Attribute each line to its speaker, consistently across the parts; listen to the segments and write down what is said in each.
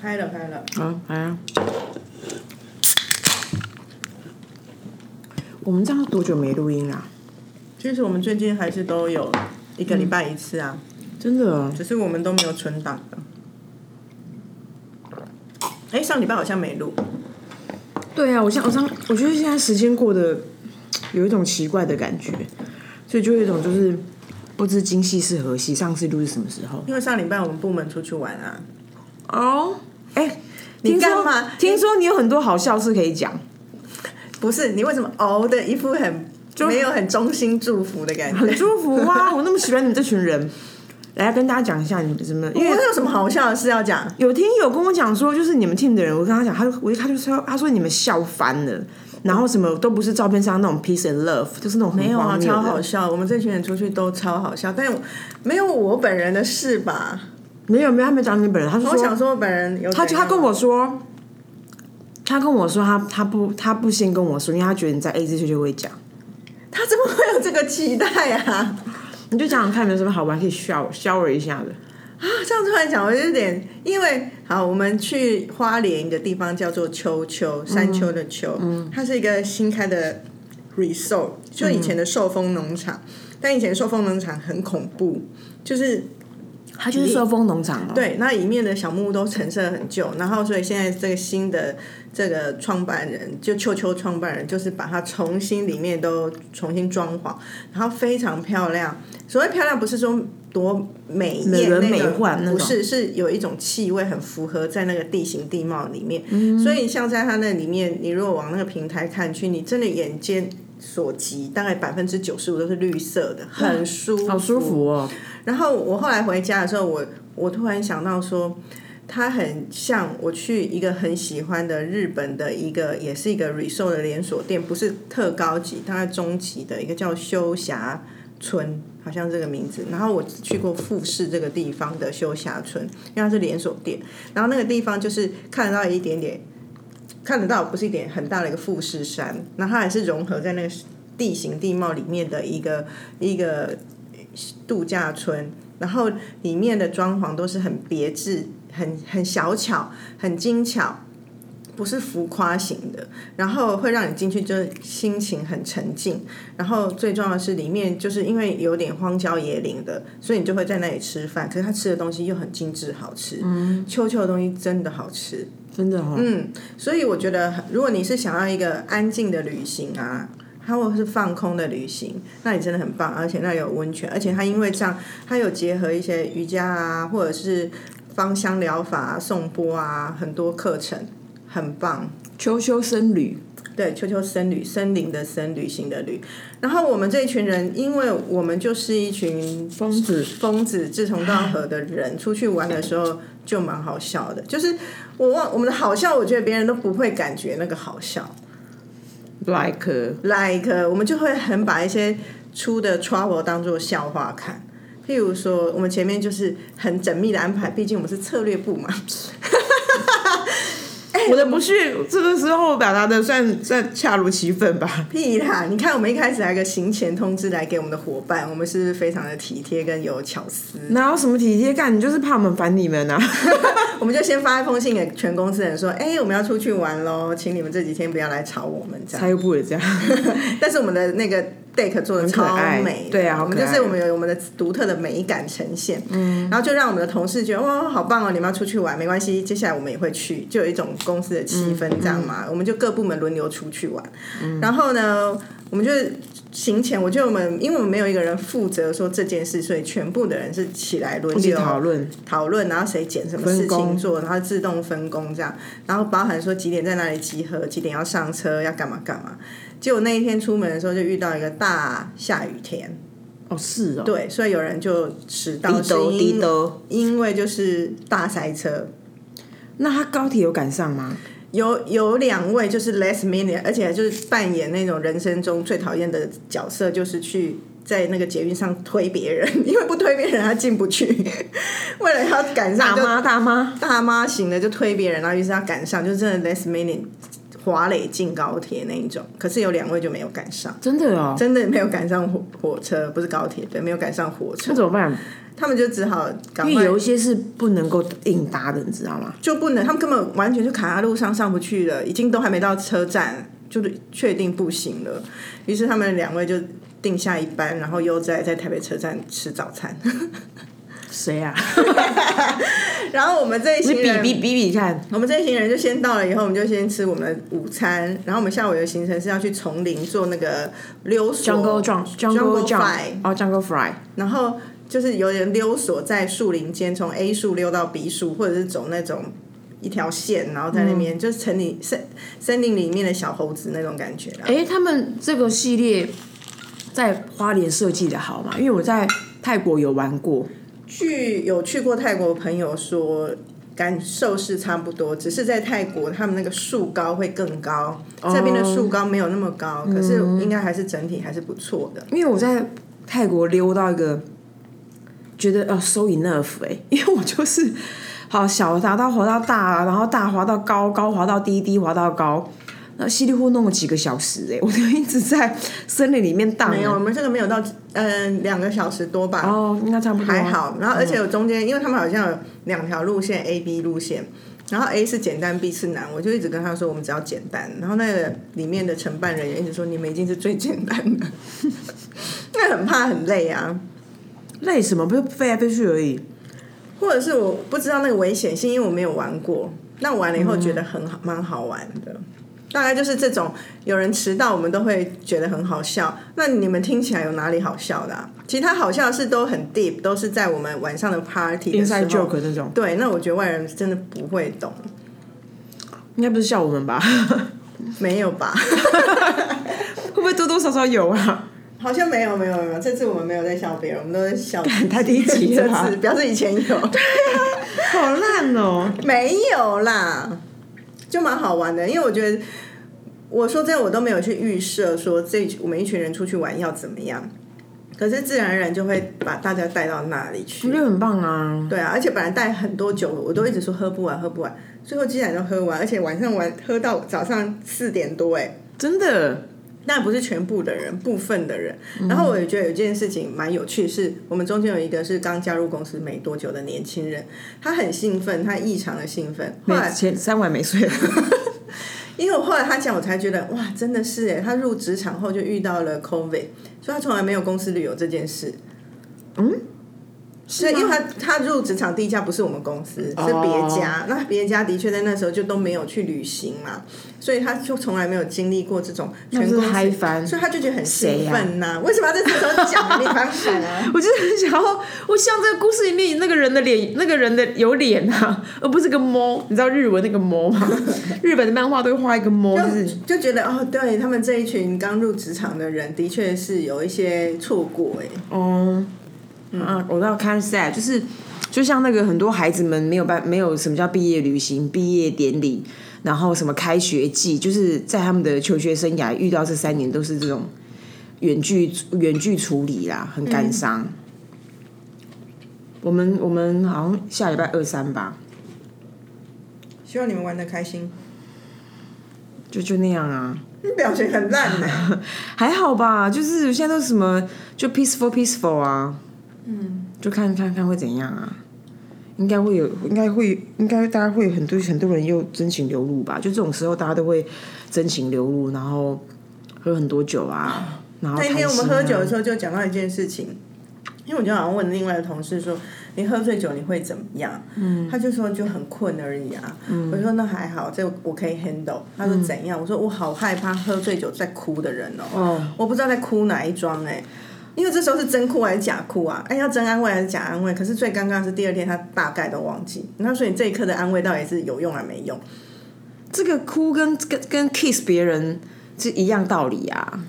Speaker 1: 开了开了，
Speaker 2: 好，来啊！我们这样多久没录音啦？
Speaker 1: 其实我们最近还是都有一个礼拜一次啊，
Speaker 2: 真的哦，
Speaker 1: 只是我们都没有存档的。哎，上礼拜好像没录，
Speaker 2: 对啊，我像我上，我觉得现在时间过得有一种奇怪的感觉，所以就有一种就是不知今夕是何夕，上次录是什么时候？
Speaker 1: 因为上礼拜我们部门出去玩啊。
Speaker 2: 哦，哎，你
Speaker 1: 干嘛
Speaker 2: 听说你有很多好笑事可以讲，
Speaker 1: 不是你为什么哦的一副很没有很衷心祝福的感觉？
Speaker 2: 很舒服哇！我那么喜欢你们这群人，来跟大家讲一下你们怎 么，因
Speaker 1: 我
Speaker 2: 为
Speaker 1: 们有什么好笑的事要讲？
Speaker 2: 有听友跟我讲说，就是你们 team 的人，我跟他讲，他就我一他就说，他说你们笑翻了，然后什么都不是照片上那种 peace and love，就是那种很
Speaker 1: 没有
Speaker 2: 荒
Speaker 1: 啊，
Speaker 2: 谬的
Speaker 1: 超好笑！我们这群人出去都超好笑，但我没有我本人的事吧？
Speaker 2: 没有没有，他没有讲你本人，他就
Speaker 1: 我
Speaker 2: 说，
Speaker 1: 想说，本人有
Speaker 2: 他
Speaker 1: 怎
Speaker 2: 就
Speaker 1: 样
Speaker 2: 他跟我说，他跟我说他他不他不先跟我说，因为他觉得你在 A 字区就会讲，
Speaker 1: 他怎么会有这个期待啊？
Speaker 2: 你就讲讲看有没有什么好玩可以 shower shower 一下的，
Speaker 1: 啊这样突然讲，我有点因为好，我们去花莲一个地方叫做秋秋山丘的丘，它是一个新开的 resort，就以前的寿丰农场，但以前寿丰农场很恐怖，就是
Speaker 2: 他就是说风农场哦，
Speaker 1: 对，那里面的小木屋都陈设很旧，然后所以现在这个新的这个创办人，就秋秋创办人，就是把它重新里面都重新装潢，然后非常漂亮。所谓漂亮，不是说多美艳
Speaker 2: 美轮
Speaker 1: 那
Speaker 2: 美
Speaker 1: 个
Speaker 2: 奂那
Speaker 1: 不
Speaker 2: 种
Speaker 1: 是，是有一种气味很符合在那个地形地貌里面。
Speaker 2: 嗯
Speaker 1: 所以像在它那里面，你如果往那个平台看去，你真的眼尖。所及大概百分之九十五都是绿色的，很舒服，
Speaker 2: 好舒服哦，
Speaker 1: 然后我后来回家的时候，我我突然想到说，它很像我去一个很喜欢的日本的一个，也是一个 resort 的连锁店，不是特高级，大概中级的一个叫休霞村，好像这个名字。然后我去过富士这个地方的休霞村，因为它是连锁店，然后那个地方就是看得到一点点。看得到不是一点很大的一个富士山，那它还是融合在那个地形地貌里面的一个一个度假村，然后里面的装潢都是很别致、很很小巧、很精巧，不是浮夸型的，然后会让你进去就是心情很沉静，然后最重要的是里面就是因为有点荒郊野岭的，所以你就会在那里吃饭，可是他吃的东西又很精致好吃，嗯，秋秋的东西真的好吃，
Speaker 2: 真的哦，
Speaker 1: 嗯，所以我觉得，如果你是想要一个安静的旅行啊，它或者是放空的旅行，那你真的很棒，而且那里有温泉，而且它因为这样，它有结合一些瑜伽啊，或者是芳香疗法、啊、颂钵啊，很多课程，很棒。
Speaker 2: 秋秋僧侣，
Speaker 1: 对，秋秋僧侣，森林的森，旅行的旅。然后我们这一群人，因为我们就是一群
Speaker 2: 疯子
Speaker 1: 疯子志同道合的人出去玩的时候就蛮好笑的，就是我忘我们的好笑，我觉得别人都不会感觉那个好笑。
Speaker 2: like。
Speaker 1: like 呃我们就会很把一些出的 trouble 当做笑话看。譬如说，我们前面就是很缜密的安排，毕竟我们是策略部嘛。
Speaker 2: 我的不是这个时候表达的算算恰如其分吧。
Speaker 1: 屁啦！你看，我们一开始还有个行前通知来给我们的伙伴，我们是不是非常的体贴跟有巧思？
Speaker 2: 哪有什么体贴感？你就是怕我们烦你们啊！
Speaker 1: 我们就先发一封信给全公司的人说：“哎、我们要出去玩喽，请你们这几天不要来吵我们。”这样。
Speaker 2: 他又不会这样，
Speaker 1: 但是我们的那个 deck 做的
Speaker 2: 很可
Speaker 1: 超
Speaker 2: 爱
Speaker 1: 美，
Speaker 2: 对啊
Speaker 1: 我们
Speaker 2: 好
Speaker 1: 就
Speaker 2: 可爱
Speaker 1: 是我们有我们的独特的美感呈现，嗯，然后就让我们的同事觉得哇，好棒哦，你们要出去玩没关系，接下来我们也会去，就有一种公司的气氛这样
Speaker 2: 嗯
Speaker 1: 嘛，我们就各部门轮流出去玩，然后呢，我们就行前，我觉得我们因为我们没有一个人负责说这件事，所以全部的人是起来轮
Speaker 2: 一起
Speaker 1: 流
Speaker 2: 讨论。
Speaker 1: 讨论，然后谁捡什么
Speaker 2: 分
Speaker 1: 事
Speaker 2: 工
Speaker 1: 情做，然后自动分工这样，然后包含说几点在哪里集合，几点要上车，要干嘛干嘛。结果那一天出门的时候就遇到一个大下雨天，
Speaker 2: 哦，是哦，
Speaker 1: 对，所以有人就迟到，是
Speaker 2: 兜
Speaker 1: 因
Speaker 2: 兜。
Speaker 1: 因为就是大塞车。
Speaker 2: 那他高铁有赶上吗？
Speaker 1: 有有两位就是 last minute，而且就是扮演那种人生中最讨厌的角色，就是去在那个捷运上推别人，因为不推别人他进不去， 为了要赶上
Speaker 2: 大
Speaker 1: 就
Speaker 2: 妈，大妈，
Speaker 1: 大妈型的就推别人，然后于是要赶上，就真的 last minute 华磊进高铁那一种。可是有两位就没有赶上，
Speaker 2: 真的哦，
Speaker 1: 真的没有赶上火火车，不是高铁，对，没有赶上火车
Speaker 2: 那。怎么办？
Speaker 1: 他们就只好赶
Speaker 2: 因
Speaker 1: 快
Speaker 2: 为有一些是不能够硬搭的，你知道吗？
Speaker 1: 就不能，他们根本完全就卡在路上上不去了，已经都还没到车站，就是确定不行了。于是他们两位就定下一班，然后悠哉在台北车站吃早餐。
Speaker 2: 谁啊？
Speaker 1: 然后我们这一
Speaker 2: 你
Speaker 1: 行
Speaker 2: 比
Speaker 1: 人，
Speaker 2: 比比比看，
Speaker 1: 我们这一行人就先到了，以后我们就先吃我们的午餐。然后我们下午的行程是要去丛林做那个溜索
Speaker 2: Jungle Jump Jungle
Speaker 1: Fly
Speaker 2: Jump 哦 Jungle Fly，
Speaker 1: 然后就是有人溜索在树林间，从 A 树溜到 B 树，或者是走那种一条线，然后在那边、
Speaker 2: 嗯
Speaker 1: 就是城里森森林里面的小猴子那种感觉啦。
Speaker 2: 哎、他们这个系列在花莲设计的好嘛？因为我在泰国有玩过，
Speaker 1: 据有去过泰国的朋友说。感受是差不多，只是在泰国，他们那个树高会更高，
Speaker 2: 哦
Speaker 1: 这边的树高没有那么高，可是应该还是整体还是不错的。
Speaker 2: 因为我在泰国溜到一个觉得哦、so enough 哎、 因为我就是好小滑到滑到大，然后大滑到高，高滑到低，低滑到高。那稀里糊弄了几个小时哎、 我就一直在森林里面荡、
Speaker 1: 没有，我们这个没有到嗯两、个小时多吧，
Speaker 2: 哦，应该差不多啊
Speaker 1: 还好，然后而且有中间，因为他们好像有两条路线 A、B 路线，然后 A 是简单，B 是难，我就一直跟他说我们只要简单，然后那个里面的承办人员一直说你们已经是最简单的， 那很怕很累啊，
Speaker 2: 累什么？不是飞来飞去而已。
Speaker 1: 或者是我不知道那个危险性，因为我没有玩过，那玩了以后觉
Speaker 2: 嗯
Speaker 1: 得很好，蛮好玩的。大概就是这种，有人迟到，我们都会觉得很好笑。那你们听起来有哪里好笑的、啊？其他好笑的是都很 deep，都是在我们晚上的 party 的时候
Speaker 2: Inside joke 那种，
Speaker 1: 对，那我觉得外人真的不会懂，
Speaker 2: 应该不是笑我们吧？
Speaker 1: 没有吧？
Speaker 2: 会不会多多少少有啊？
Speaker 1: 好像没有，没有，没有。这次我们没有在笑别人，我们都在笑自己。
Speaker 2: 太低级 了
Speaker 1: 这
Speaker 2: 吧
Speaker 1: 次表示以前有，
Speaker 2: 好烂 哦、
Speaker 1: 没有啦，就蛮好玩的。因为我觉得，我说真的，我都没有去预设说这我们一群人出去玩要怎么样，可是自然而然就会把大家带到那里
Speaker 2: 我
Speaker 1: 去。
Speaker 2: 觉得很棒啊！
Speaker 1: 对啊，而且本来带很多酒，我都一直说喝不完，喝不完，最后竟然都喝完，而且晚上玩喝到早上四点多、哎。
Speaker 2: 真的，
Speaker 1: 那不是全部的人，部分的人。然后我也觉得有一件事情蛮有趣，是我们中间有一个是刚加入公司没多久的年轻人，他很兴奋，他异常的兴奋。后
Speaker 2: 每
Speaker 1: 来，
Speaker 2: 前三晚没睡，
Speaker 1: 因为我后来他讲，我才觉得哇，真的是哎，他入职场后就遇到了 COVID，所以他从来没有公司旅游这件事。
Speaker 2: 是
Speaker 1: 对，因为
Speaker 2: 吗
Speaker 1: 他他入职场第一家不是我们公司，是
Speaker 2: 哦
Speaker 1: 别家。那别家的确在那时候就都没有去旅行嘛，所以他就从来没有经历过这种全
Speaker 2: 那
Speaker 1: 公
Speaker 2: 不
Speaker 1: 司
Speaker 2: 是嗨翻
Speaker 1: 所以他就觉得很
Speaker 2: 谁
Speaker 1: 兴
Speaker 2: 呀
Speaker 1: 奋呐、为什么要在这时候讲？你反反啊！
Speaker 2: 我就是很想要，我希望这个故事里面那个人的脸，那个人的有脸啊，而不是个猫。你知道日文那个猫吗？ 日本的漫画都会画一个猫，就是
Speaker 1: 就就觉得哦，对他们这一群刚入职场的人，的确是有一些错过哎、
Speaker 2: 哦，啊，我要看 sad，就是就像那个很多孩子们没有办，没有什么叫毕业旅行、毕业典礼，然后什么开学季，就是在他们的求学生涯遇到这三年都是这种远距远距处理啦，很感伤。我们我们好像下礼拜二三吧，
Speaker 1: 希望你们玩的开心。
Speaker 2: 就就那样啊，
Speaker 1: 你表情很烂呢、
Speaker 2: 还好吧，就是现在都是什么就 peaceful peaceful 啊，嗯，就看看看会怎样啊，应该会有，应该会，应该大家会有很多很多人又真情流露吧，就这种时候大家都会真情流露，然后喝很多酒啊，然后
Speaker 1: 那一天
Speaker 2: 谈
Speaker 1: 我
Speaker 2: 心
Speaker 1: 们
Speaker 2: 啊
Speaker 1: 喝酒的时候就讲到一件事情，因为我就好像问另外的同事说：“你喝醉酒你会怎么样？”嗯，他就说就很困而已啊。嗯，我就说那还好，这我可以 handle。他
Speaker 2: 嗯
Speaker 1: 说怎样？我说我好害怕喝醉酒在哭的人哦、
Speaker 2: 哦，
Speaker 1: 我不知道在哭哪一桩哎、因为这时候是真哭还是假哭啊？哎，要真安慰还是假安慰？可是最尴尬的是第二天他大概都忘记，那所以这一刻的安慰到底是有用还没用？
Speaker 2: 这个哭跟跟跟 kiss 别人是一样道理啊，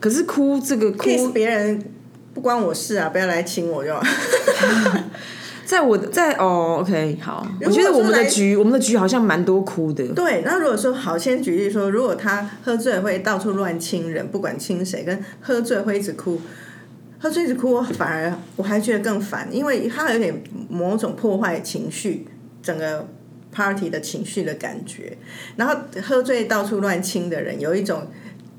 Speaker 2: 可是哭这个哭
Speaker 1: kiss 别人不关我事啊，不要来亲我就好。
Speaker 2: 在我的在哦，OK，好，
Speaker 1: 如
Speaker 2: 我
Speaker 1: 果
Speaker 2: 觉得我们
Speaker 1: 说
Speaker 2: 的
Speaker 1: 来
Speaker 2: 局，我们的局好像蛮多哭的，
Speaker 1: 对，那如果说好，先举例说，如果他喝醉会到处乱亲人，不管亲谁，跟喝醉会一直哭，喝醉一直哭，我反而我还觉得更烦，因为他有点某种破坏情绪，整个 party 的情绪的感觉。然后喝醉到处乱亲的人，有一种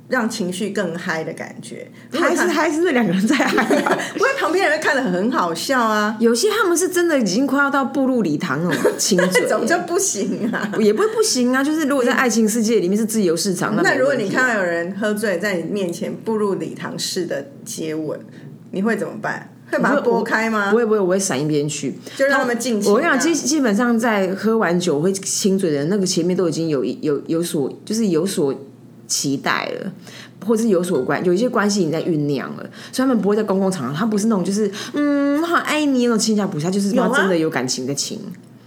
Speaker 1: 让情绪更嗨的感觉。如果
Speaker 2: 还是
Speaker 1: 他
Speaker 2: 还是那两个人在嗨、 啊。
Speaker 1: 不过旁边的人看得很好笑啊，
Speaker 2: 有些他们是真的已经快要到步入礼 堂那种亲
Speaker 1: 这种
Speaker 2: 嘴，
Speaker 1: 就不行啊。
Speaker 2: 也不会不行啊。就是如果在爱情世界里面是自由市场，那
Speaker 1: 那
Speaker 2: 没
Speaker 1: 如果
Speaker 2: 问
Speaker 1: 你
Speaker 2: 题
Speaker 1: 看到有人喝醉在你面前步入礼堂式的接吻，你会怎么办？会把它拨开吗
Speaker 2: 不？会不会，我会闪一边去，
Speaker 1: 就让他们尽情啊。
Speaker 2: 我跟你讲，基基本上在喝完酒会亲嘴的人，那个前面都已经有有有所就是有所期待了。或是有所关，有一些关系已经在酝酿了，所以他们不会在公共场合，他不是那种就是嗯，我好爱你那种亲一下不下，就是他
Speaker 1: 有啊
Speaker 2: 真的有感情的亲。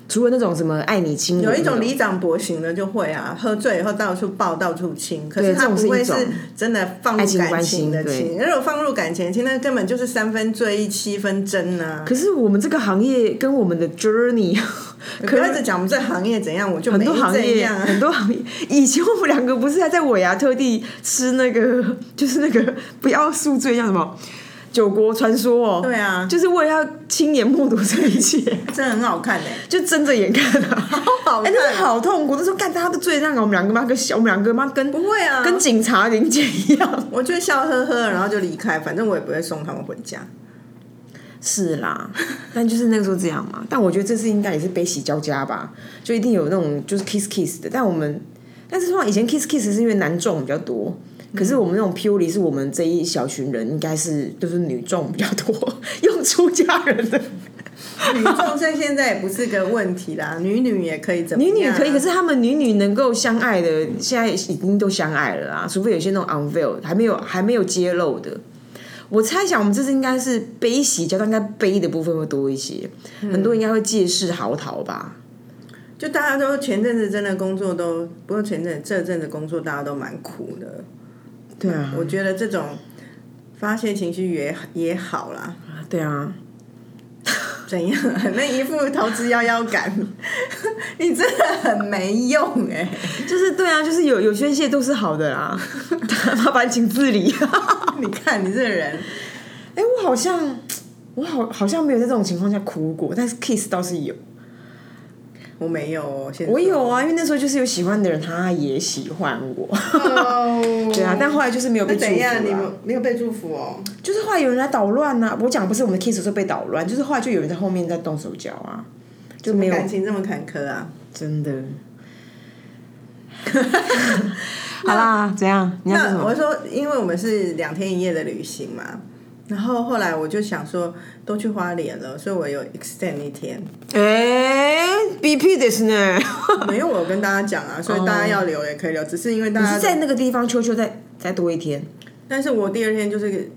Speaker 2: 除了那种什么爱你亲我那，
Speaker 1: 有一种里长伯型的就会啊，喝醉以后到处抱到处亲，可是
Speaker 2: 对
Speaker 1: 他
Speaker 2: 这种是
Speaker 1: 不会
Speaker 2: 一
Speaker 1: 是
Speaker 2: 种
Speaker 1: 真的放
Speaker 2: 爱
Speaker 1: 入
Speaker 2: 情
Speaker 1: 感
Speaker 2: 关
Speaker 1: 情
Speaker 2: 心
Speaker 1: 的
Speaker 2: 对
Speaker 1: 亲。如果放入感情的亲，那根本就是三分醉意七分真呐、啊。
Speaker 2: 可是我们这个行业跟我们的 journey
Speaker 1: 不要一直讲我们这行业怎样，我就
Speaker 2: 很
Speaker 1: 没
Speaker 2: 多行
Speaker 1: 这
Speaker 2: 业，
Speaker 1: 样啊。
Speaker 2: 很多行业。以前我们两个不是还在尾牙特地吃那个， 就是那个不要宿醉叫什么九国传说哦，
Speaker 1: 对啊，
Speaker 2: 就是为了要亲眼目睹这一切，
Speaker 1: 真的很好看哎、
Speaker 2: 就睁着眼看啊。
Speaker 1: 好
Speaker 2: 哎、
Speaker 1: 看
Speaker 2: 那是好痛苦！那时候干，大家都醉，那个我们两个妈跟我们两个妈跟、
Speaker 1: 不会啊，
Speaker 2: 跟警察临检一样。
Speaker 1: 我就笑呵呵，然后就离开，反正我也不会送他们回家。
Speaker 2: 是啦，但就是那个时候这样嘛。但我觉得这次应该也是悲喜交加吧，就一定有那种就是 kiss kiss 的。但我们，但是通常以前 kiss kiss 是因为男众比较多，可是我们那种 purely 是我们这一小群人应该是就是女众比较多， 用出家人的
Speaker 1: 女众在现在也不是个问题啦，女女也可以怎么
Speaker 2: 女
Speaker 1: 样啊、
Speaker 2: 女可以，可是他们女女能够相爱的，现在已经都相爱了啊，除非有些那种 unveil 还没有还没有揭露的。我猜想，我们这次应该是悲喜交，应该悲的部分会多一些，很多应该会借势嚎啕吧。
Speaker 1: 就大家都前阵子真的工作都，不过前阵这阵子工作大家都蛮苦的。
Speaker 2: 对啊，
Speaker 1: 我觉得这种发泄情绪也也好啦，
Speaker 2: 对啊，
Speaker 1: 怎样？ 那一副投资妖妖感， 你真的很没用哎、
Speaker 2: 就是对啊，就是有有宣泄都是好的啦， 麻烦请自理。
Speaker 1: 你看你这个人，
Speaker 2: 哎、我好像我好好像没有在这种情况下哭过，但是 kiss 倒是有。
Speaker 1: 我没有哦，现在
Speaker 2: 我有啊，因为那时候就是有喜欢的人，他也喜欢我。 对啊，但后来就是没有被
Speaker 1: 那
Speaker 2: 祝福啊
Speaker 1: 怎样？你
Speaker 2: 啦
Speaker 1: 们没有被祝福哦？
Speaker 2: 就是后来有人来捣乱呐、我讲不是我们 kiss 的时候被捣乱，就是后来就有人在后面在动手脚啊，就没有
Speaker 1: 感情这么坎坷啊？
Speaker 2: 真 的。好啦，怎样？你要说什
Speaker 1: 那
Speaker 2: 么？
Speaker 1: 我说，因为我们是两天一夜的旅行嘛，然后后来我就想说，都去花莲了，所以我有 extend 一 天。
Speaker 2: 哎、b p ですね。
Speaker 1: 没有，我有跟大家讲 啊，所以大家要留也可以留，只是因为大
Speaker 2: 你是
Speaker 1: 家，
Speaker 2: 在那个地方秋秋再再多一天，
Speaker 1: 但是我第二天就是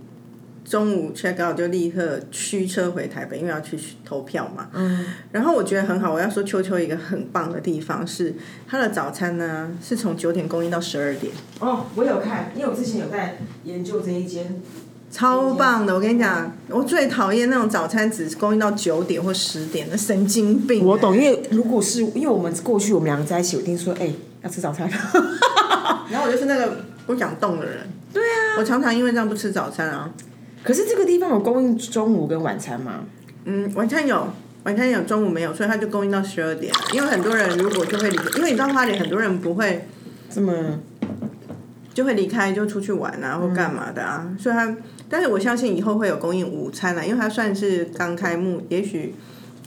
Speaker 1: 中午 check out 就立刻驱车回台北，因为要去投票嘛。嗯。然后我觉得很好，我要说秋秋一个很棒的地方是，它的早餐呢是从九点供应到十二点。
Speaker 2: 哦，我有看，因为我之前有在研究这一间，
Speaker 1: 超棒的！我跟你讲，我最讨厌那种早餐只供应到九点或十点的神经病、欸
Speaker 2: 我懂，因为如果是因为我们过去我们两个在一起，我一定说，哎、要吃早 餐，
Speaker 1: 然后我就是那个不想动的人。对啊，我常常因为这样不吃早餐啊。
Speaker 2: 可是这个地方有供应中午跟晚餐吗？
Speaker 1: 嗯，晚餐有，晚餐有，中午没有，所以它就供应到十二点。因为很多人如果就会离，因为你知道花莲很多人不会
Speaker 2: 这么
Speaker 1: 就会离开，就出去玩啊或干嘛的啊，所以他，但是我相信以后会有供应午餐啊，因为它算是刚开幕，也许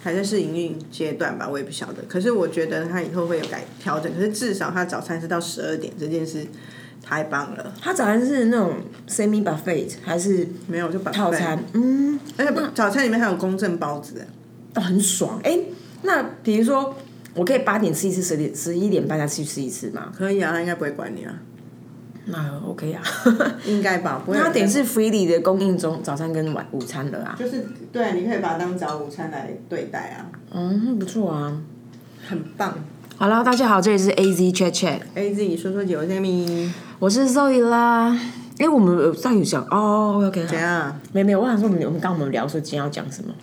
Speaker 1: 还在试营运阶段吧，我也不晓得。可是我觉得它以后会有改调整，可是至少它早餐是到十二点这件事太棒了，
Speaker 2: 他早餐是那种 semi buffet 还是
Speaker 1: 没有就把
Speaker 2: 套，餐？嗯，
Speaker 1: 而且早餐里面还有公正包子，啊
Speaker 2: 哦，很爽。哎、那比如说，我可以八点吃一次，十点十一点半再去吃一次吗？
Speaker 1: 可以啊，他应该不会管你啊，
Speaker 2: 那 OK 啊。
Speaker 1: 应该吧，不会有
Speaker 2: 那
Speaker 1: 人管。
Speaker 2: 它等于是 freely 的供应中早餐跟晚午餐了啊。
Speaker 1: 就是对，你可以把它当早午餐来对待啊，
Speaker 2: 嗯，不错啊。
Speaker 1: 很棒。
Speaker 2: 好啦，大家好，这里是 AZ Chat Chat，
Speaker 1: A Z 说说姐，我是 Amy，
Speaker 2: 我是 Zoe 啦。哎、我们有上有讲哦，OK，
Speaker 1: 怎
Speaker 2: 好
Speaker 1: 样？
Speaker 2: 没没有，我想说我们我们刚刚我们聊说今天要讲什么。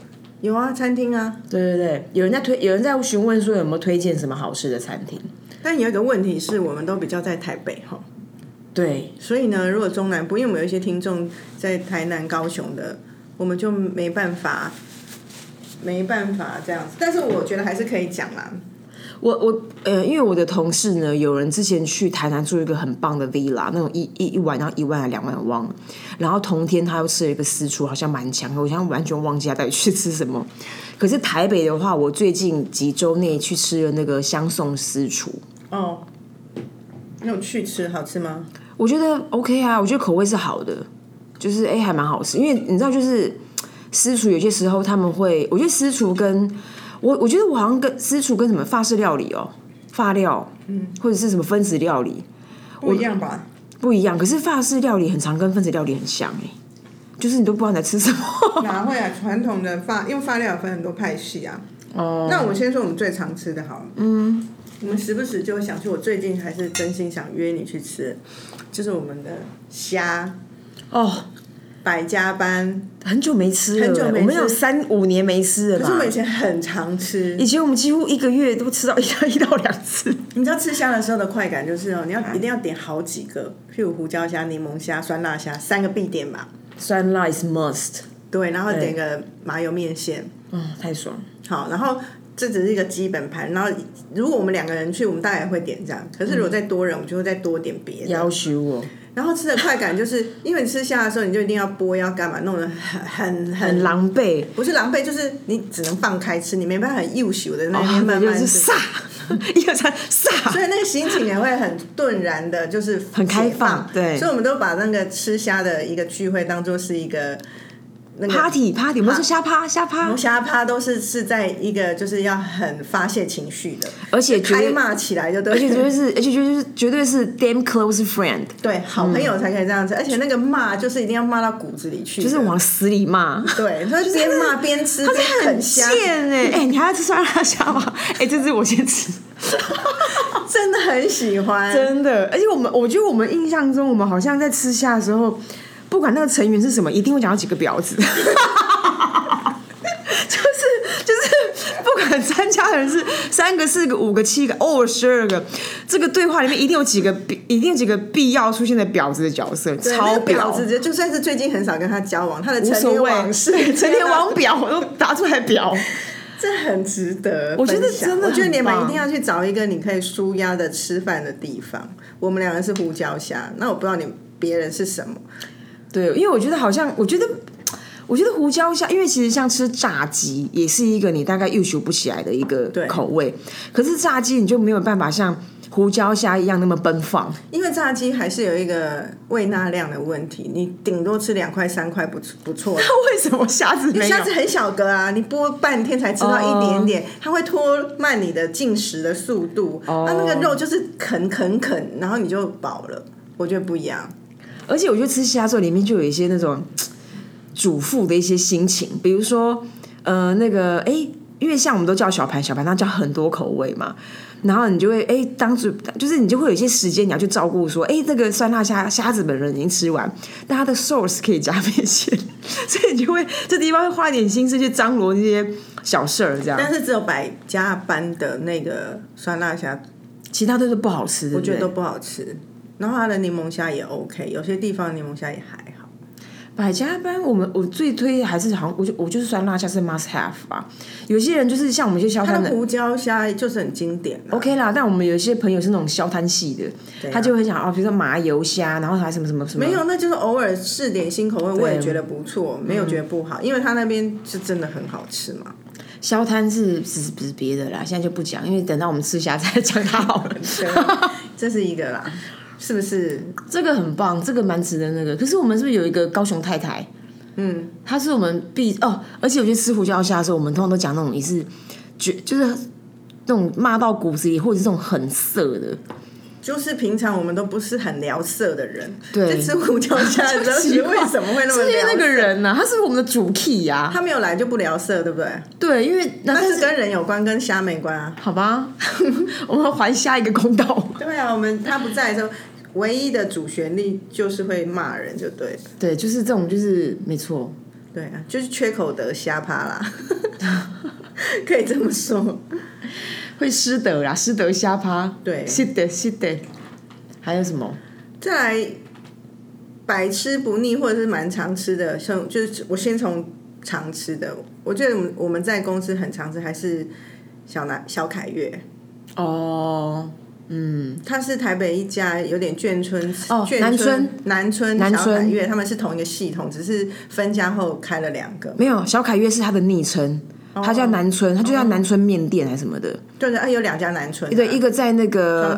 Speaker 1: 有啊，餐厅啊，
Speaker 2: 对对对，有人在推，有人在询问说有没有推荐什么好吃的餐厅。
Speaker 1: 但有一个问题是我们都比较在台北哈，
Speaker 2: 对，
Speaker 1: 所以呢，如果中南部，因为我们有一些听众在台南、高雄的，我们就没办法，没办法这样子。但是我觉得还是可以讲啦。
Speaker 2: 我我呃，因为我的同事呢，有人之前去台南住一个很棒的 villa，那种一一一晚要一万还两万，我忘了。然后同天他又吃了一个私厨，好像蛮强的，我现在完全忘记他到底去吃什么。可是台北的话，我最近几周内去吃了那个香颂私厨，
Speaker 1: 哦，你有去吃好吃吗？
Speaker 2: 我觉得 OK 啊，我觉得口味是好的，就是哎、诶还蛮好吃，因为你知道就是私厨有些时候他们会，我觉得私厨跟我我觉得我好像跟私厨跟什么法式料理哦，法料，嗯，或者是什么分子料理
Speaker 1: 不一样吧？
Speaker 2: 不一样，可是法式料理很常跟分子料理很像哎、就是你都不知道你在吃什么。
Speaker 1: 哪会啊？传统的发，因为发料有分很多派系啊。哦。那我先说我们最常吃的好了。嗯。我们时不时就会想去，我最近还是真心想约你去吃，就是我们的虾
Speaker 2: 哦，
Speaker 1: 百家斑，
Speaker 2: 很久没吃了，
Speaker 1: 很久没吃
Speaker 2: 我们有三五年没吃了
Speaker 1: 可
Speaker 2: 吧。
Speaker 1: 是我们以前很常吃。
Speaker 2: 以前我们几乎一个月都吃到一到一到两 次。
Speaker 1: 你知道吃虾的时候的快感就是哦，你要
Speaker 2: 啊
Speaker 1: 一定要点好几个，譬如胡椒虾、柠檬虾、酸辣虾，三个必点吧。
Speaker 2: 酸辣 is must，
Speaker 1: 对，然后点个麻油面线。
Speaker 2: 嗯，太爽了。
Speaker 1: 好，然后这只是一个基本盘。然后如果我们两个人去，我们大概也会点这样。可
Speaker 2: 嗯
Speaker 1: 是如果再多人，我们就会再多点别的。
Speaker 2: 要求我
Speaker 1: 然后吃的快感就是， 因为你吃虾的时候，你就一定要剥，要干嘛，弄得很很
Speaker 2: 很
Speaker 1: 很，
Speaker 2: 狼狈，
Speaker 1: 不是狼狈，就是你只能放开吃，你没办法很幼朽的在那
Speaker 2: 然
Speaker 1: 边
Speaker 2: 后
Speaker 1: 慢
Speaker 2: 哦就
Speaker 1: 慢
Speaker 2: 是
Speaker 1: 吃。
Speaker 2: 飒， 一二三
Speaker 1: 所
Speaker 2: 飒，
Speaker 1: 以那个心情也会很顿然的，就是
Speaker 2: 很开
Speaker 1: 解
Speaker 2: 放，对
Speaker 1: 所以我们都把那个吃虾的一个聚会当做是一个那个
Speaker 2: ，party party，我们说瞎趴瞎趴
Speaker 1: 龙，虾趴都啊是是在一个就是要很发泄情绪的，
Speaker 2: 而且绝
Speaker 1: 开
Speaker 2: 对，
Speaker 1: 骂起来就对，
Speaker 2: 而且绝对是，而且绝对是绝对是 damn close friend，
Speaker 1: 对好朋友才可以这样子，而且那个骂就是一定要骂到骨子里去的，
Speaker 2: 嗯就是往死里骂。
Speaker 1: 对，他就边骂边吃边啃虾，
Speaker 2: 贱哎、哎、你还要吃酸辣虾吗？哎、这只我先吃，
Speaker 1: 真的很喜欢。
Speaker 2: 真的。而且我们，我觉得我们印象中，我们好像在吃虾的时候，不管那个成员是什么，一定会讲到几个婊子。 就是就是，不管参加的人是三个、四个、五个、七个，偶尔十二个，这个对话里面一定有几个必，一定有几个必要出现的婊子的角色，
Speaker 1: 对
Speaker 2: 超
Speaker 1: 那个
Speaker 2: 婊
Speaker 1: 婊子，就就算是最近很少跟他交往，他的
Speaker 2: 无
Speaker 1: 成
Speaker 2: 所
Speaker 1: 年
Speaker 2: 谓
Speaker 1: 往，
Speaker 2: 对
Speaker 1: 事，
Speaker 2: 成年王婊我都答出来婊。
Speaker 1: 这很值得分享。
Speaker 2: 我觉得真的
Speaker 1: 我觉得
Speaker 2: 很
Speaker 1: 你们
Speaker 2: 棒
Speaker 1: 一定要去找一个你可以舒压的吃饭的地方。我们两个是胡椒虾，那我不知道你别人是什么。
Speaker 2: 对，因为我觉得好像，我觉得，我觉得胡椒虾，因为其实像吃炸鸡，也是一个你大概预求不起来的一个
Speaker 1: 对
Speaker 2: 口味。可是炸鸡你就没有办法像胡椒虾一样那么奔放，
Speaker 1: 因为炸鸡还是有一个胃纳量的问题，你顶多吃两块三块不错不 错了。
Speaker 2: 那为什么虾子
Speaker 1: 因为
Speaker 2: 没有
Speaker 1: 虾？子很小个啊，你剥半天才吃到一点点，它会拖慢你的进食的速度。那、
Speaker 2: 哦
Speaker 1: 那个肉就是啃啃啃，然后你就饱了。我觉得不一样，
Speaker 2: 啊而且我觉得吃虾之后，里面就有一些那种嘖主妇的一些心情，比如说，呃，那个，哎、因为像我们都叫小盘，小盘它叫很多口味嘛，然后你就会，哎、当主就是你就会有一些时间你要去照顾，说，哎、这个酸辣虾虾子本人已经吃完，但它的 sauce 可以加面线， 所以你就会这地方会花一点心思去张罗那些小事儿，这样，
Speaker 1: 但是只有百家班的那个酸辣虾
Speaker 2: 其他都是不好吃的，
Speaker 1: 我觉得
Speaker 2: 对
Speaker 1: 都
Speaker 2: 不
Speaker 1: 不好吃。然后它的柠檬虾也 OK，有些地方柠檬虾也还好。
Speaker 2: 对百家班，我们我最推的还是好像，我就我就是酸辣虾是 must have 吧，有些人就是像我们一些消
Speaker 1: 它
Speaker 2: 摊的哦
Speaker 1: 的。胡椒虾就是很经典、啊。
Speaker 2: OK 啦，但我们有一些朋友是那种消摊系的，他就会想哦，比如说麻油虾，然后还什么什么什么，
Speaker 1: 没有，那就是偶尔试点新口味，我也觉得不错，没有觉得不好，
Speaker 2: 嗯
Speaker 1: 因为它那边是真的很好吃 嘛。
Speaker 2: 消摊是不是不是别的啦，现在就不讲，因为等到我们吃虾再讲它好了。
Speaker 1: 对，这是一个啦，是不是？
Speaker 2: 这个很棒，这个蛮值得那个。可是我们是不是有一个高雄太太？嗯，她是我们必哦，而且我觉得吃胡椒虾的时候，我们通常都讲那种也是绝就是那种骂到骨子里，或者是这种很色的，
Speaker 1: 就是平常我们都不是很聊色的人，
Speaker 2: 对
Speaker 1: 在吃胡椒虾的时 候，
Speaker 2: 奇
Speaker 1: 你
Speaker 2: 怪
Speaker 1: 为什么会那么
Speaker 2: 是因为
Speaker 1: 聊
Speaker 2: 那
Speaker 1: 色？
Speaker 2: 个人呐、啊，他是不是我们的主 key 呀、啊。
Speaker 1: 他没有来就不聊色，对不对？
Speaker 2: 对，因为
Speaker 1: 那
Speaker 2: 那啊但
Speaker 1: 是
Speaker 2: 是
Speaker 1: 跟人有关，跟虾没关啊。
Speaker 2: 好吧， 我们还虾一个公道。
Speaker 1: 对啊，我们他不在的时候，唯一的主旋律就是会骂人，就对了。
Speaker 2: 对，就是这种，就是没错。
Speaker 1: 对啊，就是缺口德瞎趴啦， 可以这么说。
Speaker 2: 会失德啦，失德瞎趴。
Speaker 1: 对
Speaker 2: 是的，是的。还有什么？
Speaker 1: 再来，百吃不腻或者是蛮常吃的，像就是我先从常吃的，我觉得我们我们在公司很常吃还是小南小凯越，
Speaker 2: 哦，嗯，
Speaker 1: 它是台北一家有点眷村
Speaker 2: 哦
Speaker 1: 眷
Speaker 2: 南村
Speaker 1: 南村
Speaker 2: 南
Speaker 1: 小
Speaker 2: 村
Speaker 1: 百月，他们是同一个系统，只是分家后开了两个。
Speaker 2: 没有，小凯越是他的昵称，他叫南村，他就叫南村面店还是什么的。
Speaker 1: 对对，啊，有两家南村、啊。
Speaker 2: 对，一个在那个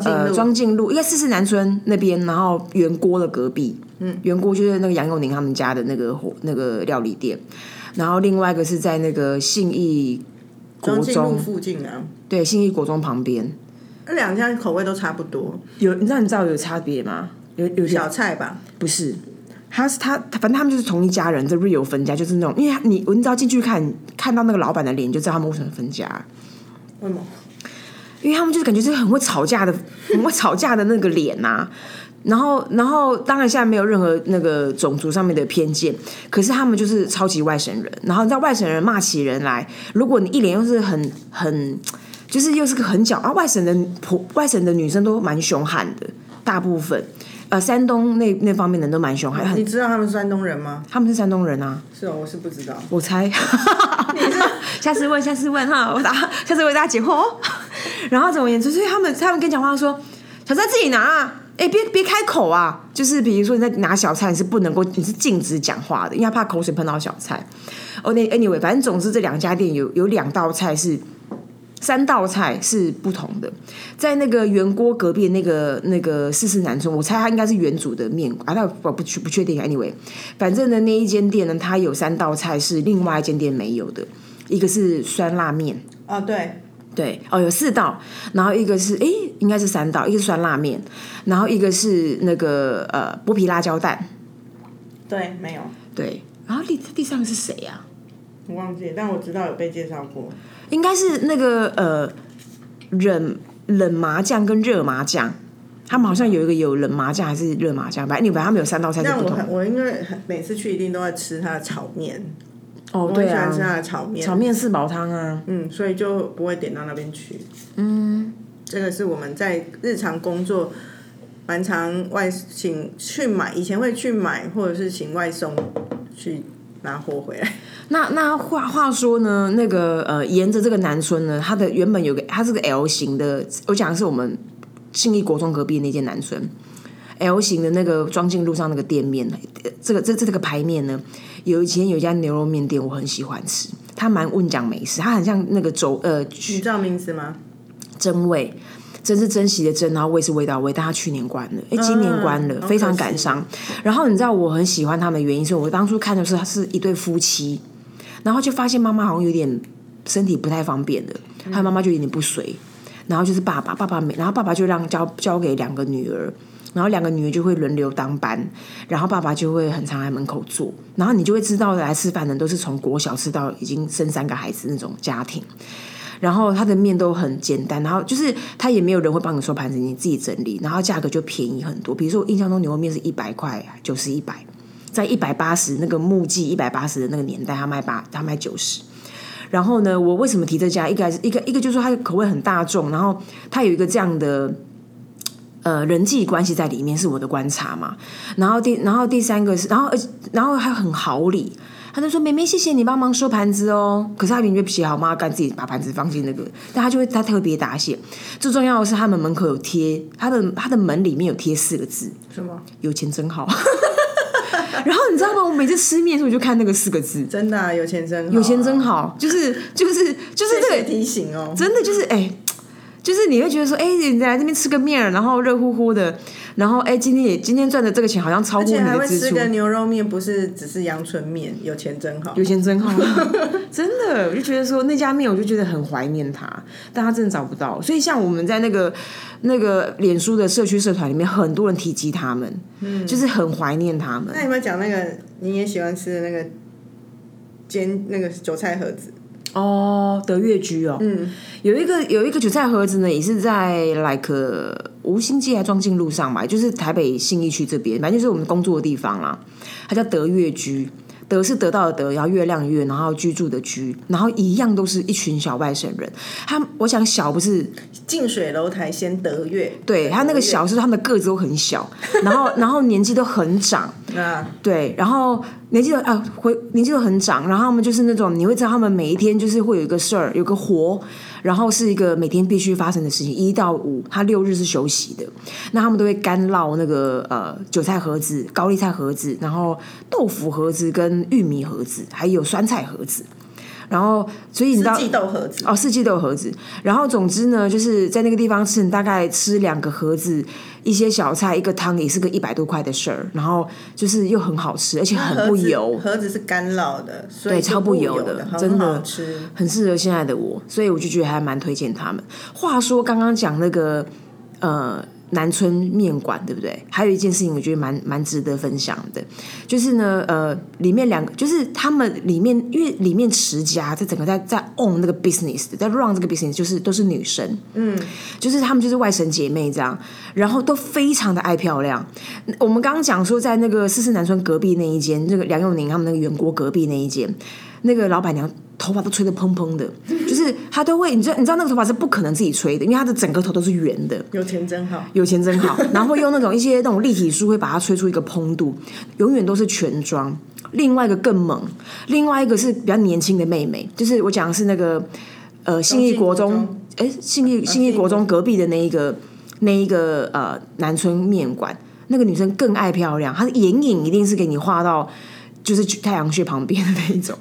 Speaker 1: 庄敬
Speaker 2: 呃
Speaker 1: 路
Speaker 2: 庄敬路，应该是是南村那边，然后圆锅的隔壁，嗯，圆锅就是那个杨永宁他们家的那个火那个料理店，然后另外一个是在那个信义国
Speaker 1: 中进路
Speaker 2: 中，
Speaker 1: 附近啊，
Speaker 2: 对，信义国中旁边
Speaker 1: 那两家口味都差不多，
Speaker 2: 有，你知道你知道有差别吗？有有
Speaker 1: 小菜吧。
Speaker 2: 不是，他是他，反正他们就是同一家人，这 real 分家就是那种，因为你你只要进去看看到那个老板的脸，你就知道他们为什么分家。
Speaker 1: 为什么？
Speaker 2: 因为他们就是感觉是很会吵架的，很会吵架的那个脸呐、然后，然后，当然现在没有任何那个种族上面的偏见，可是他们就是超级外省人。然后你知道外省人骂起人来，如果你一脸又是很很，就是又是个很狡啊，外省的婆外省的女生都蛮凶悍的，大部分，呃，山东那那方面的人都蛮凶悍，很
Speaker 1: 你知道他们是山东人吗？
Speaker 2: 他们是山东人啊，
Speaker 1: 是哦，我是不知道。
Speaker 2: 我猜。 下次问，下次问哈，我打，下次为大家解惑 哦。然后总而言之，所以他们他们跟你讲话说，小菜自己拿啊，哎，别别开口啊。就是比如说你在拿小菜，你是不能够，你是禁止讲话的，因为他怕口水喷到小菜。哦，那 anyway，反正总之这两家店有有两道菜是。三道菜是不同的，在那个圆锅隔壁那个那个四四南村，我猜他应该是原主的面啊，那我不确不确定。Anyway，反啊正呢那一间店呢，它有三道菜是另外一间店没有的，一个是酸辣面，
Speaker 1: 哦，对，
Speaker 2: 对，哦，有四道，然后一个是诶，应该是三道，一个是酸辣面，然后一个是那个呃剥皮辣椒蛋，
Speaker 1: 对，没有，
Speaker 2: 对，然后第第三个是谁呀、
Speaker 1: 我忘记，但我知道有被介绍过。
Speaker 2: 应该是那个呃冷冷麻酱跟热麻酱，他们好像有一个有冷麻酱还是热麻酱，反正你反正他们有三道菜是
Speaker 1: 但
Speaker 2: 不
Speaker 1: 我
Speaker 2: 同
Speaker 1: 很
Speaker 2: 的。
Speaker 1: 我应该很每次去一定都在吃他的炒面，
Speaker 2: 哦，
Speaker 1: 我很
Speaker 2: 对
Speaker 1: 喜欢
Speaker 2: 啊
Speaker 1: 吃，他的炒面，
Speaker 2: 炒面四宝汤啊，
Speaker 1: 嗯，所以就不会点到那边去。嗯，这个是我们在日常工作蛮常外请去买，以前会去买，或者是请外送去拿货回来。
Speaker 2: 那那话话说呢，那个呃，沿着这个南村呢，它的原本有个它是个 L 型的，我讲的是我们信义国中隔壁那间南村 L 型的那个庄敬路上那个店面，呃这个这这这个牌面呢，有以前有一家牛肉面店，我很喜欢吃，它蛮问讲美食，它很像那个轴呃
Speaker 1: 你知道名字吗？
Speaker 2: 真味，真是珍惜的珍，然后味是味道的味，但它去年关了，哎、今年关了，
Speaker 1: 嗯好可惜
Speaker 2: 非常感伤。然后你知道我很喜欢他们的原因，是我当初看的时候，他是一对夫妻，然后就发现妈妈好像有点身体不太方便了，
Speaker 1: 嗯
Speaker 2: 他妈妈就有点不随，然后就是爸爸，爸爸没，然后爸爸就让交交给两个女儿。然后两个女儿就会轮流当班，然后爸爸就会很常来门口坐，然后你就会知道来吃饭的人都是从国小吃到已经生三个孩子那种家庭，然后它的面都很简单，然后就是它也没有人会帮你收盘子，你自己整理，然后价格就便宜很多。比如说我印象中牛肉面是一百块，九十一百，在一百八十那个木记一百八十的那个年代，他卖八，他卖九十。然后呢，我为什么提这家？一个一个一个就是说它的口味很大众，然后它有一个这样的。呃，人际关系在里面是我的观察嘛，然后第然后第三个是，然后而且然后还很好礼，他就说：“妹妹，谢谢你帮忙收盘子哦。”可是他明明就写好妈干自己把盘子放进那个，但他就会他特别答谢。最重要的是，他们门口有贴他的他的门里面有贴四个字
Speaker 1: 什么？
Speaker 2: “有钱真好” 。然后你知道吗？我每次吃面的时候，我就看那个四个字
Speaker 1: 真的、啊、有钱真好、啊，
Speaker 2: “有钱真好”，就是就是就是这
Speaker 1: 谢
Speaker 2: 个
Speaker 1: 谢提醒哦。
Speaker 2: 真的就是哎、就是你会觉得说，哎、你来这边吃个面儿，然后热乎乎的，然后哎、今天也今天赚的这个钱好像超
Speaker 1: 而
Speaker 2: 过
Speaker 1: 且
Speaker 2: 你
Speaker 1: 还会
Speaker 2: 的支
Speaker 1: 吃
Speaker 2: 出，
Speaker 1: 个牛肉面，不是只是阳春面，有钱真好
Speaker 2: 有。钱真好， 真的，我就觉得说那家面，我就觉得很怀念它，但它真的找不到。所以像我们在那个那个脸书的社区社团里面，很多人提及他们，
Speaker 1: 嗯
Speaker 2: 就是很怀念他们。
Speaker 1: 那有没有讲那个你也喜欢吃的那个煎那个韭菜盒子？
Speaker 2: 哦，德月居哦，
Speaker 1: 嗯，
Speaker 2: 有一个有一个韭菜盒子呢，也是在 like 吴兴街还庄敬路上嘛，就是台北信义区这边，反正就是我们工作的地方啦。它叫德月居，德是得到的德，然后月亮的月，然后居住的居，然后一样都是一群小外省人。他我想小不是
Speaker 1: 近水楼台先得月。
Speaker 2: 对他那个
Speaker 1: 得月
Speaker 2: 小是他们的个子都很小，然后然后年纪都很长，
Speaker 1: 啊，
Speaker 2: 对，然后年纪都啊回年纪都很长，然后他们就是那种你会知道他们每一天就是会有一个事儿，有个活，然后是一个每天必须发生的事情，一到五，他六日是休息的，那他们都会干烙那个呃韭菜盒子、高丽菜盒子，然后豆腐盒子跟玉米盒子，还有酸菜盒子，然后所以你知
Speaker 1: 四
Speaker 2: 道
Speaker 1: 季豆盒子，
Speaker 2: 哦，四季都有盒子。然后总之呢，就是在那个地方吃，你大概吃两个盒子，一些小菜，一个汤，也是个一百多块的事儿。然后就是又很好吃，而且很不油，
Speaker 1: 盒子是干烙的，所以
Speaker 2: 对
Speaker 1: 是
Speaker 2: 超不
Speaker 1: 不
Speaker 2: 油
Speaker 1: 油
Speaker 2: 的真
Speaker 1: 很
Speaker 2: 的
Speaker 1: 好吃。
Speaker 2: 很适合现在的我，所以我就觉得还蛮推荐他们。话说刚刚讲那个呃南村面馆，对不对？还有一件事情，我觉得蛮蛮值得分享的，就是呢，呃，里面两个就是他们里面，因为里面持家在整个在在 own 那个 business，的在 run 这个 business，就是都是女生，嗯，就是她们就是外省姐妹这样，然后都非常的爱漂亮。我们刚刚讲说，在那个四四南村隔壁那一间，那个梁永宁他们那个袁国隔壁那一间，那个老板娘头发都吹得蓬蓬的，就是她都会，你知道，你知道那个头发是不可能自己吹的，因为她的整个头都是圆的。
Speaker 1: 有钱真好，
Speaker 2: 有钱真好， 然后会用那种一些那种立体书，会把它吹出一个蓬度，永远都是全妆。另外一个更猛，另外一个是比较年轻的妹妹，就是我讲的是那个呃信义国
Speaker 1: 中
Speaker 2: 中，哎信义信义国中隔壁的那一个那一个呃南村面馆，那个女生更爱漂亮，她的眼影一定是给你画到就是太阳穴旁边的那一种。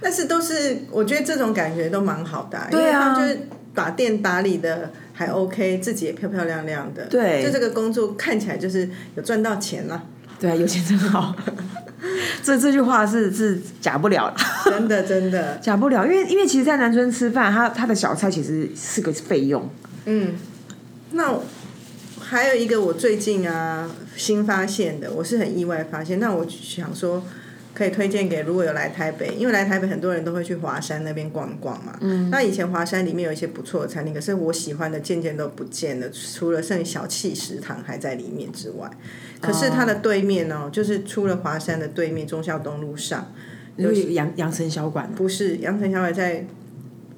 Speaker 1: 但是都是我觉得这种感觉都蛮好的、因
Speaker 2: 对
Speaker 1: 为他
Speaker 2: 啊
Speaker 1: 们就是把店打理的还 OK，自己也漂漂亮亮的，
Speaker 2: 对
Speaker 1: 就这个工作看起来就是有赚到钱了、
Speaker 2: 对啊，有钱真 好，这这句话是是假不了了。
Speaker 1: 真的真的，
Speaker 2: 假不了，因为因为其实，在南村吃饭，他他的小菜其实是个费用。
Speaker 1: 嗯，那我还有一个我最近啊新发现的，我是很意外发现。那我想说，可以推荐给如果有来台北，因为来台北很多人都会去华山那边逛逛嘛。嗯。那以前华山里面有一些不错的餐厅，可是我喜欢的渐渐都不见了，除了剩小气食堂还在里面之外，可是它的对面哦，就是出了华山的对面忠孝东路上，
Speaker 2: 因为养养成小馆，
Speaker 1: 不是阳城小馆在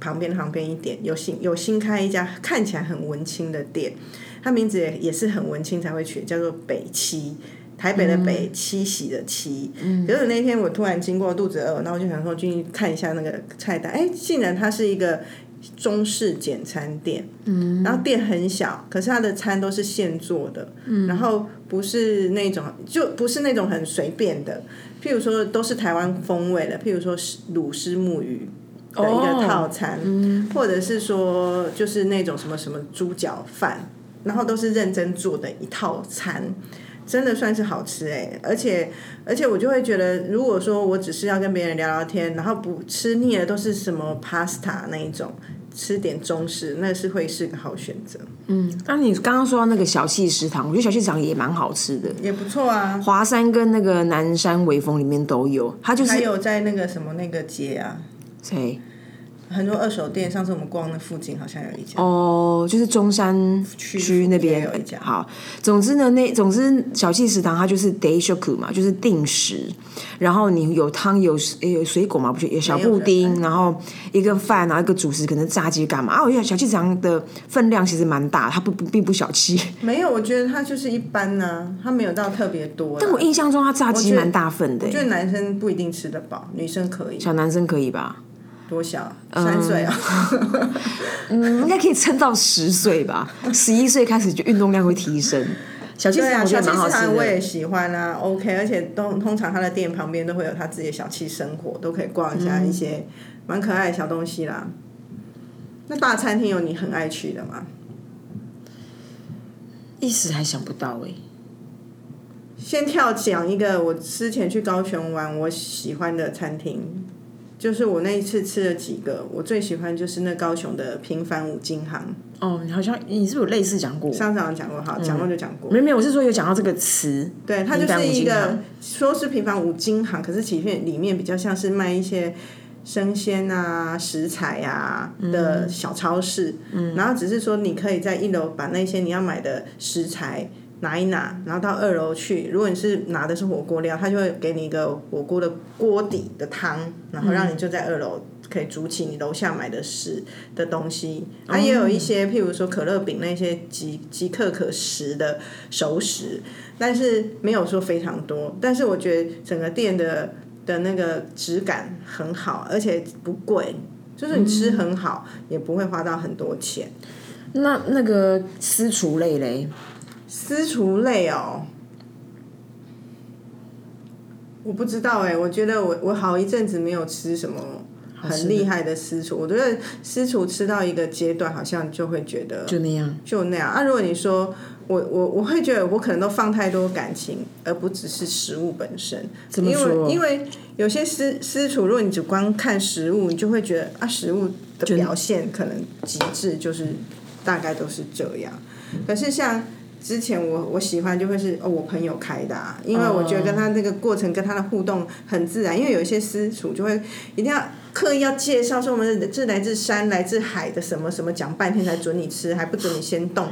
Speaker 1: 旁边旁边一点，有新有新开一家看起来很文青的店，它名字也也是很文青才会取，叫做北七。台北的北，七喜的七。可是那天我突然经过，肚子饿，然后我就想说进去看一下那个菜单，哎、竟然它是一个中式简餐店。嗯，然后店很小，可是它的餐都是现做的，嗯、然后不是那种就不是那种很随便的，譬如说都是台湾风味的，譬如说是卤丝木鱼的一
Speaker 2: 哦
Speaker 1: 个套餐，或者是说就是那种什么什么猪脚饭，然后都是认真做的一套餐。真的算是好吃哎、而且而且我就会觉得，如果说我只是要跟别人聊聊天，然后不吃腻了都是什么 pasta 那一种，吃点中式，那是会是个好选择，
Speaker 2: 嗯，那、你刚刚说到那个小气食堂，我觉得小气食堂也蛮好吃的。
Speaker 1: 也不错啊。
Speaker 2: 华山跟那个南山微风里面都有，它就
Speaker 1: 还
Speaker 2: 是
Speaker 1: 有在那个什么那个街啊，
Speaker 2: 谁
Speaker 1: 很多二手店，上次我们逛那附近好像有一家，
Speaker 2: 哦，就是中山区那边
Speaker 1: 也有一家
Speaker 2: 好，总之呢，那总之小气食堂它就是 day shoku 嘛，就是定时，然后你有汤有诶有水果嘛，不是有小
Speaker 1: 没有
Speaker 2: 布
Speaker 1: 人
Speaker 2: 丁，然后一个饭，然后一个主食，可能炸鸡干嘛啊？我觉得小气食堂的分量其实蛮大，它不不并不小气。
Speaker 1: 没有，我觉得它就是一般呐、它没有到特别多啦。
Speaker 2: 但我印象中它炸鸡
Speaker 1: 我觉得
Speaker 2: 蛮大份的
Speaker 1: 我
Speaker 2: 欸、
Speaker 1: 觉得男生不一定吃得饱，女生可以。
Speaker 2: 小男生可以吧？
Speaker 1: 多小？三岁啊？
Speaker 2: 嗯，应该可以撑到十岁吧，十一岁开始就运动量会提升。 小气食
Speaker 1: 对
Speaker 2: 堂
Speaker 1: 啊，
Speaker 2: 我觉
Speaker 1: 小
Speaker 2: 得
Speaker 1: 气
Speaker 2: 蛮好
Speaker 1: 食
Speaker 2: 吃
Speaker 1: 堂我
Speaker 2: 的。
Speaker 1: 也喜欢啊，OK，而且通通常他的店旁边都会有他自己的小气生活，都可以逛一下
Speaker 2: 嗯
Speaker 1: 一些蛮可爱的小东西啦。那大餐厅有你很爱去的吗？
Speaker 2: 一时还想不到哎、
Speaker 1: 先跳讲一个我之前去高雄玩我喜欢的餐厅，就是我那一次吃了几个，我最喜欢就是那高雄的平凡五金行，
Speaker 2: 哦，你好像你是不是有类似讲过？
Speaker 1: 上次好像讲过，好讲过就讲过。
Speaker 2: 没有没有，我是说有讲到这个词。
Speaker 1: 对，它就
Speaker 2: 平凡
Speaker 1: 是一
Speaker 2: 五金
Speaker 1: 个
Speaker 2: 行
Speaker 1: 说是平凡五金行，可是其实里面比较像是卖一些生鲜啊、食材啊
Speaker 2: 嗯
Speaker 1: 的小超市。嗯，然后只是说你可以在一楼把那些你要买的食材拿一拿，然后到二楼去。如果你是拿的是火锅料，他就会给你一个火锅的锅底的汤，然后
Speaker 2: 嗯
Speaker 1: 让你就在二楼可以煮起你楼下买的食的东西。
Speaker 2: 哦
Speaker 1: 它也有一些，譬如说可乐饼那些即即刻可食的熟食，但是没有说非常多。但是我觉得整个店的的那个质感很好，而且不贵，就是你吃很好，也不会花到很多钱。
Speaker 2: 那那个私厨类嘞，
Speaker 1: 私厨类哦，我不知道哎、我觉得我我好一阵子没有吃什么
Speaker 2: 好吃
Speaker 1: 很
Speaker 2: 的
Speaker 1: 厉害的私厨，我觉得私厨吃到一个阶段，好像就会觉得
Speaker 2: 哦就那样，
Speaker 1: 就那样啊。如果你说我我我会觉得我可能都放太多感情，而不只是食物本身。
Speaker 2: 怎么
Speaker 1: 因为
Speaker 2: 说？
Speaker 1: 因为有些私私厨，如果你只光看食物，你就会觉得啊，食物的表现可能极致就是大概都是这样。可是像之前我我喜欢就会是哦，我朋友开的、啊，因为我觉得跟他那个过程跟他的互动很自然，因为有一些私厨就会一定要。刻意要介绍说我们是来自山、来自海的什么什么，讲半天才准你吃，还不准你先动，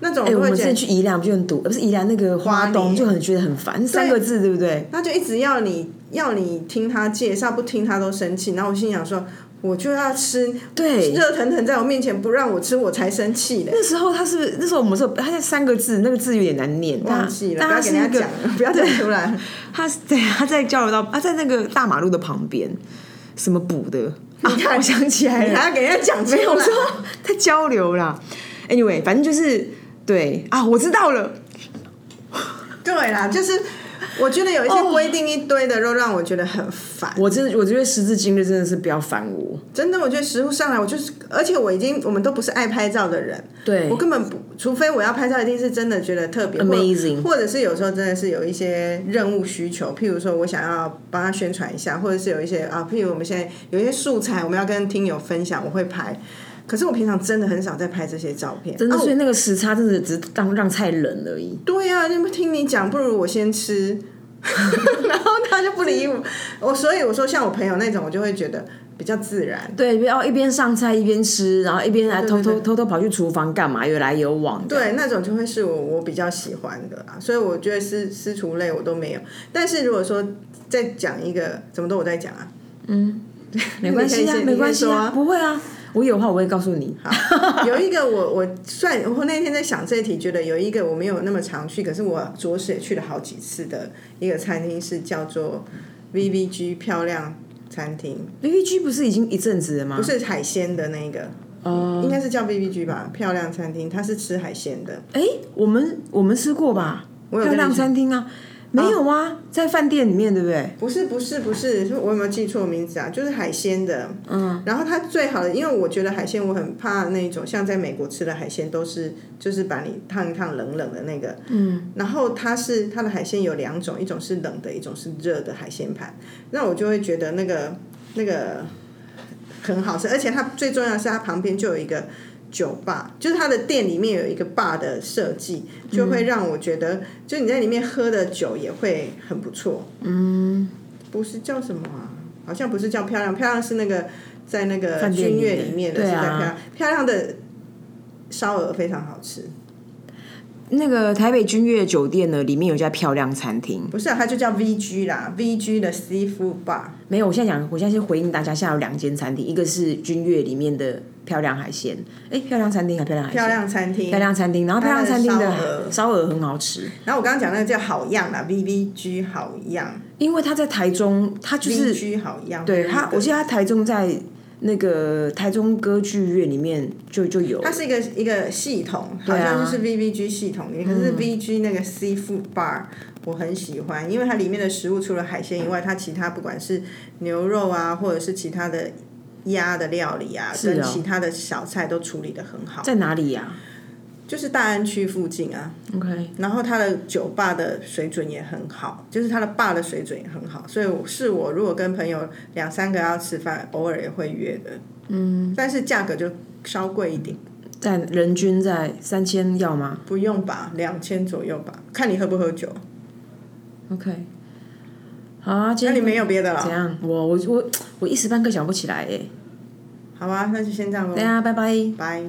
Speaker 1: 那种
Speaker 2: 哎、
Speaker 1: 我就
Speaker 2: 我
Speaker 1: 会
Speaker 2: 们之
Speaker 1: 觉得
Speaker 2: 前去宜良不就很堵，呃不是宜良那个花
Speaker 1: 花
Speaker 2: 东
Speaker 1: 莲
Speaker 2: 就很觉得很烦，三个字对不对？
Speaker 1: 他就一直要你要你听他介绍，不听他都生气。然后我心想说，我就要吃
Speaker 2: 对，
Speaker 1: 热腾腾在我面前不让我吃，我才生气嘞。
Speaker 2: 那时候他是不是那时候我们是有他在三个字，那个字有点难念，
Speaker 1: 忘
Speaker 2: 但
Speaker 1: 记了，
Speaker 2: 但
Speaker 1: 不要
Speaker 2: 他
Speaker 1: 给
Speaker 2: 是一
Speaker 1: 人家
Speaker 2: 个
Speaker 1: 讲了，不要讲出来。
Speaker 2: 他是对他在交流道，他在那个大马路的旁边，什么补的？ 啊，我想起来
Speaker 1: 你
Speaker 2: 了，
Speaker 1: 还要给人家讲出
Speaker 2: 没有
Speaker 1: 来
Speaker 2: 说。在交流啦。Anyway，反正就是对啊，我知道了，
Speaker 1: 对啦，就是我觉得有一些
Speaker 2: 哦
Speaker 1: 规定一堆的肉让我觉得很烦。
Speaker 2: 我真的我觉得时至今日真的是不要烦我，
Speaker 1: 真的，我觉得食物上来，我就是，而且我已经，我们都不是爱拍照的人，
Speaker 2: 对
Speaker 1: 我根本不，除非我要拍照，一定是真的觉得特别或
Speaker 2: Amazing
Speaker 1: 或者是有时候真的是有一些任务需求，譬如说我想要帮他宣传一下，或者是有一些啊，譬如我们现在有一些素材我们要跟听友分享，我会拍，可是我平常真的很少在拍这些照片，
Speaker 2: 真的，
Speaker 1: 啊我
Speaker 2: 所以那个时差真的只是让让菜冷而已。
Speaker 1: 对呀、啊，你们听你讲，不如我先吃， 然后他就不理我，我所以我说像我朋友那种，我就会觉得比较自然。
Speaker 2: 对，不要一边上菜一边吃，然后一边还
Speaker 1: 对
Speaker 2: 偷
Speaker 1: 对
Speaker 2: 偷偷偷跑去厨房干嘛？有来有往的。
Speaker 1: 对，那种就会是我我比较喜欢的啦，所以我觉得私私厨类我都没有。但是如果说再讲一个，怎么都我在讲啊，
Speaker 2: 没关系
Speaker 1: 你可以
Speaker 2: 啊，
Speaker 1: 先
Speaker 2: 没关系
Speaker 1: 你先说
Speaker 2: 啊，
Speaker 1: 啊
Speaker 2: 不会啊。我有的话我会告诉你。
Speaker 1: 有一个我我算我那天在想这一题，觉得有一个我没有那么常去，可是我着实也去了好几次的一个餐厅是叫做 V V G 漂亮餐厅，
Speaker 2: B B G 不是已经一阵子了吗
Speaker 1: 不？是海鲜的那个，
Speaker 2: 哦，
Speaker 1: 应该是叫 V V G 吧，漂亮餐厅，它是吃海鲜的。
Speaker 2: 哎，我们我们吃过吧？
Speaker 1: 我有跟
Speaker 2: 漂
Speaker 1: 你
Speaker 2: 亮餐厅啊，没有啊，在饭店里面对不对？
Speaker 1: 不是不是不是，是我有没有记错名字啊？就是海鲜的，嗯，然后它最好的，因为我觉得海鲜我很怕那种，像在美国吃的海鲜都是就是把你烫一烫冷冷的那个，嗯，然后它是它的海鲜有两种，一种是冷的，一种是热的海鲜盘，那我就会觉得那个那个很好吃，而且它最重要的是它旁边就有一个。酒吧就是它的店里面有一个 bar 的设计，就
Speaker 2: 嗯
Speaker 1: 会让我觉得，就你在里面喝的酒也会很不错。
Speaker 2: 嗯
Speaker 1: 不是叫什么啊？好像不是叫漂亮，漂亮是那个在那个
Speaker 2: 饭店里
Speaker 1: 君
Speaker 2: 面
Speaker 1: 悦里面的，
Speaker 2: 对
Speaker 1: 是
Speaker 2: 啊
Speaker 1: 在漂亮漂亮的烧鹅非常好吃，
Speaker 2: 那个台北君悦酒店呢，里面有一家漂亮餐厅。
Speaker 1: 不是、啊、它就叫 VG 啦，VG 的 Seafood Bar，
Speaker 2: 没有，我现在讲，我现在先回应大家，现在有两间餐厅，一个是君悦里面的漂亮海鲜，哎，漂亮餐厅还漂亮海
Speaker 1: 漂
Speaker 2: 鲜。
Speaker 1: 亮餐厅
Speaker 2: 漂。亮餐厅，然后漂亮餐厅
Speaker 1: 它的
Speaker 2: 的烧鹅很好吃，
Speaker 1: 然后我刚刚讲那个叫好样啦，VVG 好样，
Speaker 2: 因为它在台中，它就是
Speaker 1: VG 好样。
Speaker 2: 对它，我记得它台中在那个台中歌剧院里面就就有
Speaker 1: 它是一个一个系统，
Speaker 2: 对
Speaker 1: 好
Speaker 2: 啊
Speaker 1: 像
Speaker 2: 嗯
Speaker 1: 就是 VVG 系统里面。可是 VG 那个 Seafood Bar 我很喜欢，因为它里面的食物除了海鲜以外，它其他不管是牛肉啊，或者是其他的鸭的料理啊，
Speaker 2: 是哦
Speaker 1: 跟其他的小菜都处理的很好。
Speaker 2: 在哪里呀、
Speaker 1: 就是大安区附近啊，
Speaker 2: o k
Speaker 1: 然后它的酒吧的水准也很好，就是它的坝的水准也很好，所以我是我如果跟朋友两三个要吃饭，偶尔也会约的。嗯，但是价格就稍贵一点。
Speaker 2: 在人均在三千要吗
Speaker 1: 不用吧，两千左右吧，看你喝不喝酒。
Speaker 2: ？OK，好啊，今
Speaker 1: 那你
Speaker 2: 天
Speaker 1: 没有别的
Speaker 2: 怎
Speaker 1: 了，
Speaker 2: 样？我我我我一时半刻想不起来哎、
Speaker 1: 好吧，那就先这样喽
Speaker 2: 嗯对，啊，拜拜。
Speaker 1: 拜。